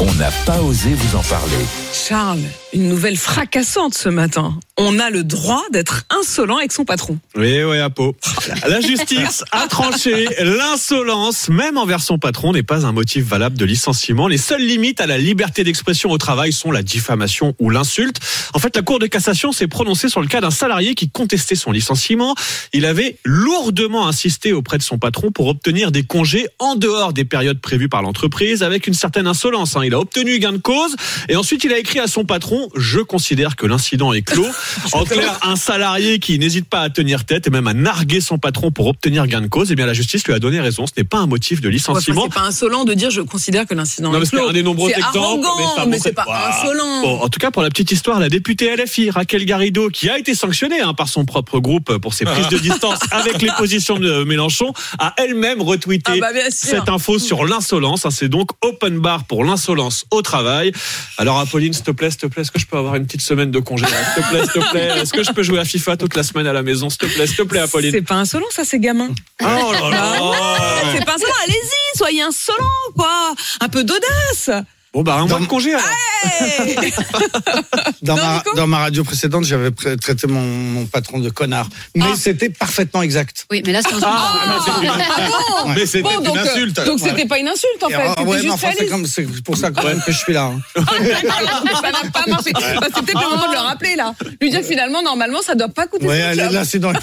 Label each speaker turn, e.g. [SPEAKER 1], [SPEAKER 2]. [SPEAKER 1] on n'a pas osé vous en parler.
[SPEAKER 2] Charles, une nouvelle fracassante ce matin. On a le droit d'être insolent avec son patron.
[SPEAKER 3] Oui, oui, à peau. La justice a tranché. L'insolence, même envers son patron, n'est pas un motif valable de licenciement. Les seules limites à la liberté d'expression au travail sont la diffamation ou l'insulte. En fait, la Cour de cassation s'est prononcée sur le cas d'un salarié qui contestait son licenciement. Il avait lourdement insisté auprès de son patron pour obtenir des congés en dehors des périodes prévues par l'entreprise avec une certaine insolence. hein. Il a obtenu gain de cause et ensuite il a écrit à son patron « Je considère que l'incident est clos ». En clair, un salarié qui n'hésite pas à tenir tête et même à narguer son patron pour obtenir gain de cause, eh bien la justice lui a donné raison. Ce n'est pas un motif de
[SPEAKER 2] Enfin,
[SPEAKER 3] licenciement.
[SPEAKER 2] c'est pas insolent de dire je considère que l'incident
[SPEAKER 3] Non,
[SPEAKER 2] est
[SPEAKER 3] mais c'est
[SPEAKER 2] clos.
[SPEAKER 3] un des nombreux
[SPEAKER 2] C'est
[SPEAKER 3] exemples.
[SPEAKER 2] arrogant,
[SPEAKER 3] ça
[SPEAKER 2] mais
[SPEAKER 3] montre-
[SPEAKER 2] c'est pas
[SPEAKER 3] Ouah.
[SPEAKER 2] insolent.
[SPEAKER 3] Bon, en tout cas, pour la petite histoire, la députée LFI, Raquel Garrido, qui a été sanctionnée hein, par son propre groupe pour ses prises de distance avec les positions de Mélenchon, a elle-même retweeté
[SPEAKER 2] Ah bah, bien sûr.
[SPEAKER 3] cette info sur l'insolence. hein. C'est donc open bar pour l'insolence au travail. Alors, Apolline, s'il te plaît, s'il te plaît, est-ce que je peux avoir une petite semaine de congé là S'il te plaît, s'il te plaît, est-ce que je peux jouer à FIFA toute la semaine à la maison S'il te plaît, s'il te plaît, Apolline.
[SPEAKER 2] C'est pas insolent ça, c'est gamin.
[SPEAKER 3] Ah, Oh là là
[SPEAKER 2] C'est pas insolent, allez-y, soyez insolent quoi. Un peu d'audace. Ah.
[SPEAKER 3] Bon, bah, un mois
[SPEAKER 4] Dans-
[SPEAKER 3] de congé alors.
[SPEAKER 2] Hey
[SPEAKER 4] Dans,
[SPEAKER 2] Non,
[SPEAKER 4] ma,
[SPEAKER 2] Nico
[SPEAKER 4] dans ma radio précédente, j'avais pr- traité mon, mon patron de connard. Mais
[SPEAKER 2] Ah.
[SPEAKER 4] c'était parfaitement exact.
[SPEAKER 5] Oui, mais là, c'est un
[SPEAKER 4] Ah, Ouais.
[SPEAKER 6] Mais c'était
[SPEAKER 2] Ah, Bon, donc,
[SPEAKER 6] une
[SPEAKER 2] euh,
[SPEAKER 6] insulte.
[SPEAKER 2] Donc c'était pas une insulte en
[SPEAKER 4] Et,
[SPEAKER 2] fait,
[SPEAKER 4] ah,
[SPEAKER 2] c'était
[SPEAKER 4] ouais, mais
[SPEAKER 2] juste
[SPEAKER 4] enfin, c'est
[SPEAKER 2] réaliste.
[SPEAKER 4] comme- c'est pour ça quand même que je suis là. hein.
[SPEAKER 2] ça n'a pas marché. Bah, c'est peut-être le moment de le rappeler là. Lui dire que finalement, normalement, ça doit pas coûter
[SPEAKER 4] Ouais,
[SPEAKER 2] son job.
[SPEAKER 4] l'incident est